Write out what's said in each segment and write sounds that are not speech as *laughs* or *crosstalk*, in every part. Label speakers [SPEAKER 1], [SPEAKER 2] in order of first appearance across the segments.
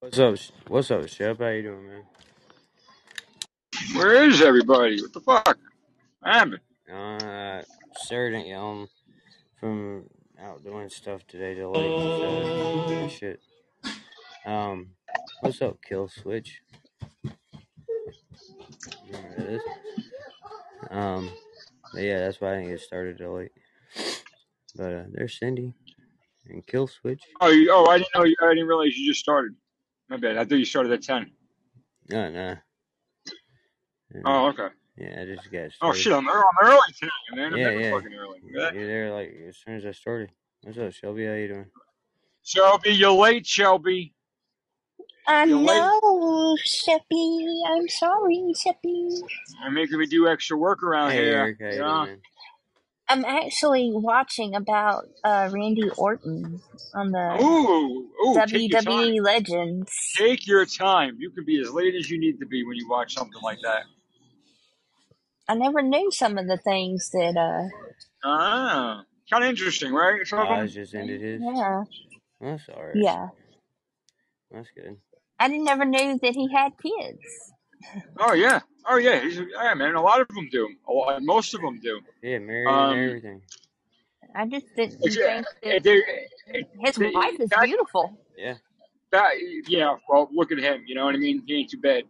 [SPEAKER 1] What's up? Sh- What's up, Shep? How you doing, man?
[SPEAKER 2] Where is everybody? What the fuck happened?
[SPEAKER 1] Uh, certain, you know, I'm from out doing stuff today till late. So, that shit. Um, what's up, Kill Switch? You know what it is. Um, but yeah, that's why I didn't get started till late. But uh, there's Cindy and Kill Switch.
[SPEAKER 2] Oh, you, oh, I didn't know. You, I didn't realize you just started. My bad. I thought you started at ten.
[SPEAKER 1] No, no, no.
[SPEAKER 2] Oh, okay.
[SPEAKER 1] Yeah, I just got
[SPEAKER 2] Oh
[SPEAKER 1] started.
[SPEAKER 2] shit, I'm early, I'm early tonight, man. I'm
[SPEAKER 1] Yeah,
[SPEAKER 2] never
[SPEAKER 1] yeah.
[SPEAKER 2] fucking early. Look at that.
[SPEAKER 1] You're there like as soon as I started. What's up, Shelby? How you doing?
[SPEAKER 2] Shelby, you're late, Shelby.
[SPEAKER 3] I
[SPEAKER 2] You're late.
[SPEAKER 3] know, Sippy. I'm sorry, Sippy.
[SPEAKER 2] I'm making me do extra work around
[SPEAKER 1] Hey,
[SPEAKER 2] here.
[SPEAKER 1] Eric. How you doing,
[SPEAKER 2] Yeah.
[SPEAKER 1] man?
[SPEAKER 3] I'm actually watching about uh, Randy Orton on the
[SPEAKER 2] Ooh, ooh, take your time.
[SPEAKER 3] WWE Legends.
[SPEAKER 2] Take your time. You can be as late as you need to be when you watch something like that.
[SPEAKER 3] I never knew some of the things that, uh,
[SPEAKER 2] Ah, kind of interesting, right? Some of
[SPEAKER 1] Oz
[SPEAKER 2] them. *laughs*
[SPEAKER 1] just ended his.
[SPEAKER 3] yeah,
[SPEAKER 1] That's alright.
[SPEAKER 3] yeah.
[SPEAKER 1] That's good.
[SPEAKER 3] I didn't never knew that he had kids.
[SPEAKER 2] Oh yeah. Oh yeah. He's, yeah, man. A lot of them do. A lot, most of them do.
[SPEAKER 1] Yeah, married and
[SPEAKER 2] Um,
[SPEAKER 1] everything.
[SPEAKER 3] I just
[SPEAKER 2] It's,
[SPEAKER 3] didn't
[SPEAKER 2] uh,
[SPEAKER 3] think that
[SPEAKER 2] it- there- it-
[SPEAKER 3] his wife
[SPEAKER 2] the-
[SPEAKER 3] is
[SPEAKER 2] that,
[SPEAKER 3] beautiful.
[SPEAKER 1] Yeah.
[SPEAKER 2] that, yeah, well, look at him. You know what I mean? He ain't too bad.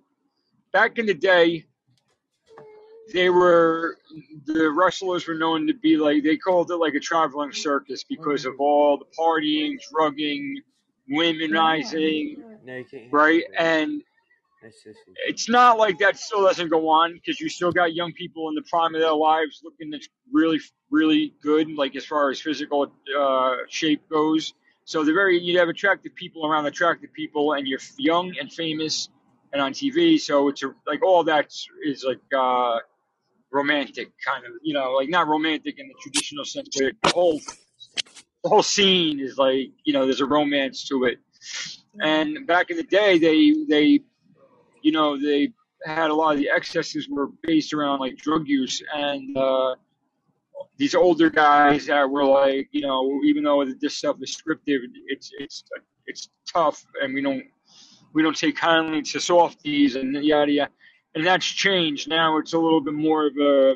[SPEAKER 2] Back in the day, they were, the wrestlers were known to be like, they called it like a traveling circus because of all the partying, drugging, womenizing,
[SPEAKER 1] No, you can't hit
[SPEAKER 2] right?
[SPEAKER 1] that, baby.
[SPEAKER 2] And
[SPEAKER 1] That's sissy.
[SPEAKER 2] it's not like that still doesn't go on because you still got young people in the prime of their lives looking that's really really good like as far as physical uh, shape goes so they're very you have attractive people around attractive people and you're young and famous and on tv so it's a, like all that is like uh, romantic kind of you know like not romantic in the traditional sense but the whole the whole scene is like you know there's a romance to it and back in the day they they you know, they had a lot of the excesses were based around like drug use and uh, these older guys that were like, you know, even though this stuff is scripted, it's it's it's tough, and we don't we don't take kindly to softies and yada yada. And that's changed now. It's a little bit more of a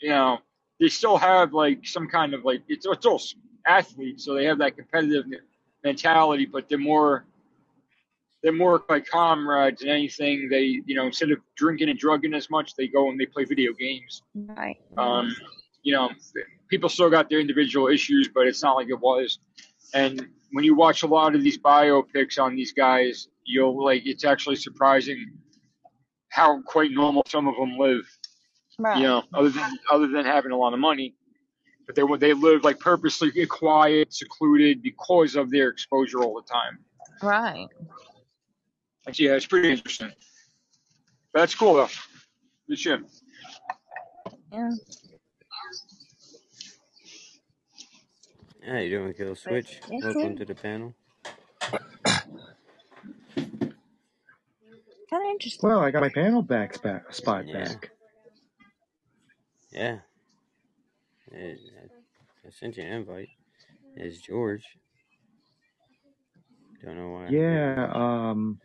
[SPEAKER 2] you know they still have like some kind of like it's it's all athletes, so they have that competitive mentality, but they're more they're more like comrades than anything. They, you know, instead of drinking and drugging as much, they go and they play video games.
[SPEAKER 3] Right, right.
[SPEAKER 2] Um, you know, people still got their individual issues, but it's not like it was. And when you watch a lot of these biopics on these guys, you'll like it's actually surprising how quite normal some of them live. You
[SPEAKER 3] Right.
[SPEAKER 2] know, other than other than having a lot of money, but they they live like purposely quiet, secluded because of their exposure all the time.
[SPEAKER 3] Right.
[SPEAKER 2] Like, yeah, it's pretty interesting. That's cool though. Good shit.
[SPEAKER 3] Yeah.
[SPEAKER 1] How you doing, Kill Switch?
[SPEAKER 3] It's
[SPEAKER 1] Welcome
[SPEAKER 3] kind
[SPEAKER 1] to the panel.
[SPEAKER 3] of interesting.
[SPEAKER 4] Well, I got my panel back spa- spot
[SPEAKER 1] Yeah.
[SPEAKER 4] back.
[SPEAKER 1] Yeah. It, I, I sent you an invite. It's George. Don't know why I forgot
[SPEAKER 4] Yeah,
[SPEAKER 1] about you.
[SPEAKER 4] um,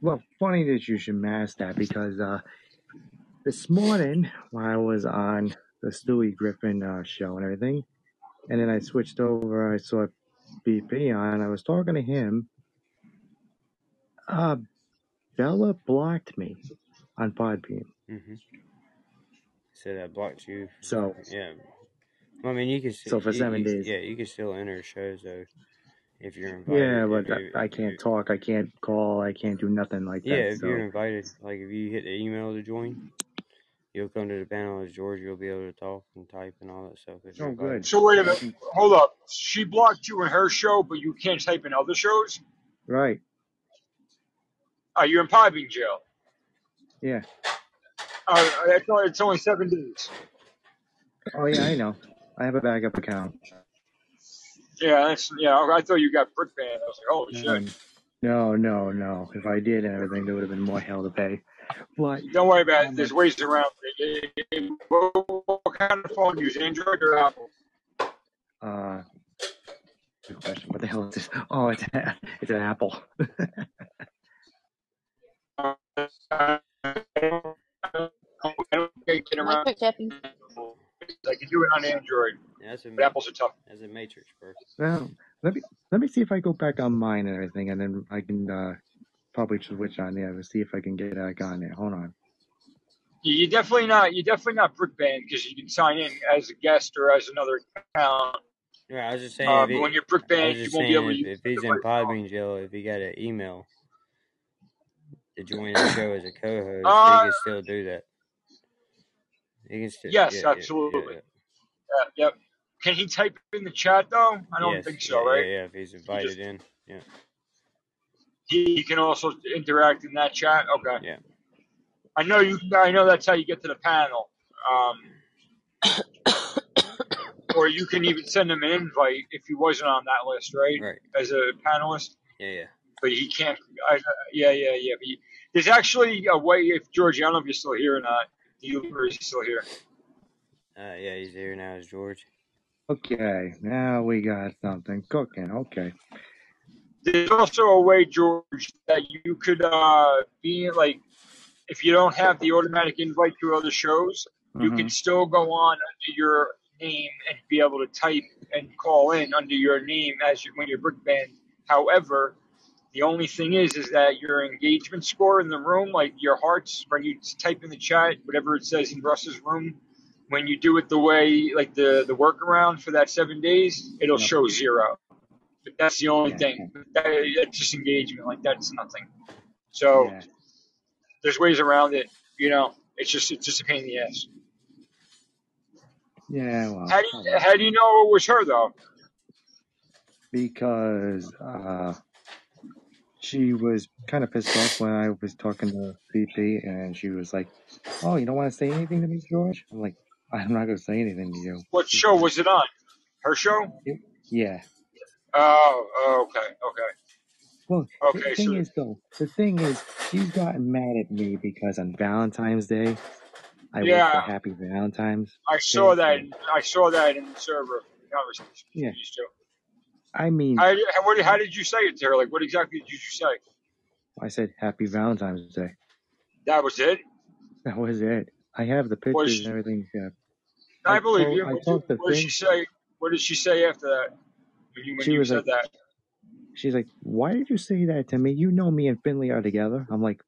[SPEAKER 4] well, funny that you should ask that because uh, this morning when I was on the Stewie Griffin uh, show and everything, and then I switched over, I saw BP on, I was talking to him. Uh, Bella blocked me on Podbeam.
[SPEAKER 1] Mm-hmm. Said I blocked you.
[SPEAKER 4] So,
[SPEAKER 1] Yeah. Well, I mean, you can still,
[SPEAKER 4] so for
[SPEAKER 1] you,
[SPEAKER 4] seven
[SPEAKER 1] you,
[SPEAKER 4] days.
[SPEAKER 1] yeah, you can still enter shows though if you're invited.
[SPEAKER 4] Yeah,
[SPEAKER 1] If,
[SPEAKER 4] but uh,
[SPEAKER 1] if,
[SPEAKER 4] I I
[SPEAKER 1] if you,
[SPEAKER 4] can't talk, I can't call, I can't do nothing like
[SPEAKER 1] yeah,
[SPEAKER 4] that.
[SPEAKER 1] if you're
[SPEAKER 4] So,
[SPEAKER 1] invited, like if you hit the email to join, you'll come to the panel as George. You'll be able to talk and type and all that stuff if you're
[SPEAKER 4] oh,
[SPEAKER 1] invited.
[SPEAKER 4] good.
[SPEAKER 2] So wait a
[SPEAKER 4] I
[SPEAKER 2] minute.
[SPEAKER 4] can,
[SPEAKER 2] Hold up. She blocked you in her show, but you can't type in other shows.
[SPEAKER 4] right.
[SPEAKER 2] Uh, you're in Podbean jail.
[SPEAKER 4] Yeah.
[SPEAKER 2] Uh, that's only, it's only seven days.
[SPEAKER 4] Oh, yeah, I know. I have a backup account.
[SPEAKER 2] Yeah, that's yeah. I I thought you got brick banned. I was like, holy shit.
[SPEAKER 4] No, no, no, no. If I did and everything, there would have been more hell to pay. But
[SPEAKER 2] Don't worry about it.
[SPEAKER 4] um,
[SPEAKER 2] There's ways around it. Eh, eh, eh, What what kind of phone do you use? Android or Apple?
[SPEAKER 4] uh, Good question. What the hell is this? Oh, it's it's an apple.
[SPEAKER 2] I don't get
[SPEAKER 3] Am I
[SPEAKER 2] around.
[SPEAKER 3] quick, Jeffy?
[SPEAKER 2] I can do it on Android,
[SPEAKER 1] Yeah, that's a
[SPEAKER 2] but Apple's are tough.
[SPEAKER 1] that's a matrix, bro.
[SPEAKER 4] Well, let me let me see if I go back on mine and everything, and then I can uh, probably switch on there to see if I can get back on there. Hold on.
[SPEAKER 2] You- You're definitely not. You're definitely not brick band because you can sign in as a guest or as another account.
[SPEAKER 1] Yeah, I was just saying
[SPEAKER 2] Uh,
[SPEAKER 1] if
[SPEAKER 2] but
[SPEAKER 1] he,
[SPEAKER 2] when you're brick
[SPEAKER 1] I was
[SPEAKER 2] band, you
[SPEAKER 1] just
[SPEAKER 2] won't be able
[SPEAKER 1] saying
[SPEAKER 2] to
[SPEAKER 1] if,
[SPEAKER 2] use
[SPEAKER 1] if
[SPEAKER 2] the
[SPEAKER 1] he's in
[SPEAKER 2] device at all.
[SPEAKER 1] Podbean jail, if he got an email to join the show as a co-host, he
[SPEAKER 2] Uh,
[SPEAKER 1] can still do that. He can still, yeah,
[SPEAKER 2] yes,
[SPEAKER 1] yeah, yeah,
[SPEAKER 2] absolutely.
[SPEAKER 1] yeah.
[SPEAKER 2] Yep. yep. Can he type in the chat though? I don't
[SPEAKER 1] yes,
[SPEAKER 2] think
[SPEAKER 1] yeah,
[SPEAKER 2] so,
[SPEAKER 1] yeah,
[SPEAKER 2] right?
[SPEAKER 1] yeah. If he's
[SPEAKER 2] He just
[SPEAKER 1] invited in, yeah,
[SPEAKER 2] he can also interact in that chat. Okay.
[SPEAKER 1] yeah.
[SPEAKER 2] I know you. I know that's how you get to the panel.
[SPEAKER 1] *coughs*
[SPEAKER 2] Um, or you can even send him an invite if he wasn't on that list, right?
[SPEAKER 1] Right.
[SPEAKER 2] As a panelist,
[SPEAKER 1] Yeah, yeah.
[SPEAKER 2] but he can't. I, uh, yeah, yeah, yeah. But he, there's actually a way. If George, I don't know if you're still here or not. Delivery is still here.
[SPEAKER 1] Uh, yeah, he's here now. Is George?
[SPEAKER 4] Okay, now we got something cooking. Okay.
[SPEAKER 2] There's also a way, George, that you could uh, be like, if you don't have the automatic invite to other shows, you
[SPEAKER 4] hmm
[SPEAKER 2] can still go on under your name and be able to type and call in under your name as you, when you're brick band. However, The only thing is, is that your engagement score in the room, like your hearts, when you type in the chat, whatever it says in Russ's room, when you do it the way, like the the workaround for that seven days, it'll
[SPEAKER 4] Yep.
[SPEAKER 2] show zero. But that's the only
[SPEAKER 4] Yeah.
[SPEAKER 2] thing. That, it's just engagement, like that's nothing. So
[SPEAKER 4] Uh-huh. Yeah.
[SPEAKER 2] there's ways around it. You know, it's just it's just a pain in the ass.
[SPEAKER 4] Yeah. Well.
[SPEAKER 2] How do
[SPEAKER 4] Oh
[SPEAKER 2] you,
[SPEAKER 4] well.
[SPEAKER 2] how do you know it was her though?
[SPEAKER 4] Because uh, she was kind of pissed off when I was talking to VP, and she was like, "Oh, you don't want to say anything to me, George?" I'm like, "I'm not going to say anything to you."
[SPEAKER 2] What
[SPEAKER 4] She's
[SPEAKER 2] show
[SPEAKER 4] like,
[SPEAKER 2] was it on? Her show?
[SPEAKER 4] "Yep, "Yeah."
[SPEAKER 2] Oh, oh, okay, okay,
[SPEAKER 4] Well, the
[SPEAKER 2] okay.
[SPEAKER 4] thing
[SPEAKER 2] So
[SPEAKER 4] is, though, the thing is, she's gotten mad at me because on Valentine's Day, I wish her
[SPEAKER 2] yeah,
[SPEAKER 4] happy Valentine's
[SPEAKER 2] I saw
[SPEAKER 4] Day.
[SPEAKER 2] that.
[SPEAKER 4] So,
[SPEAKER 2] I saw that in the server conversation
[SPEAKER 4] yeah,
[SPEAKER 2] between you two.
[SPEAKER 4] I mean,
[SPEAKER 2] How, how, what, how did you say it to her? Like, what exactly did you say?
[SPEAKER 4] I said happy Valentine's Day.
[SPEAKER 2] That was it.
[SPEAKER 4] That was it. I have the
[SPEAKER 2] Was
[SPEAKER 4] pictures and
[SPEAKER 2] she,
[SPEAKER 4] everything. Yeah.
[SPEAKER 2] I
[SPEAKER 4] I
[SPEAKER 2] believe
[SPEAKER 4] told,
[SPEAKER 2] you?
[SPEAKER 4] I
[SPEAKER 2] What did,
[SPEAKER 4] talked to
[SPEAKER 2] what did she
[SPEAKER 4] Finn.
[SPEAKER 2] say? What did she say after that? When you when
[SPEAKER 4] She
[SPEAKER 2] you
[SPEAKER 4] was like,
[SPEAKER 2] said that?
[SPEAKER 4] she's like, why did you say that to me? You know me and Finley are together. I'm like,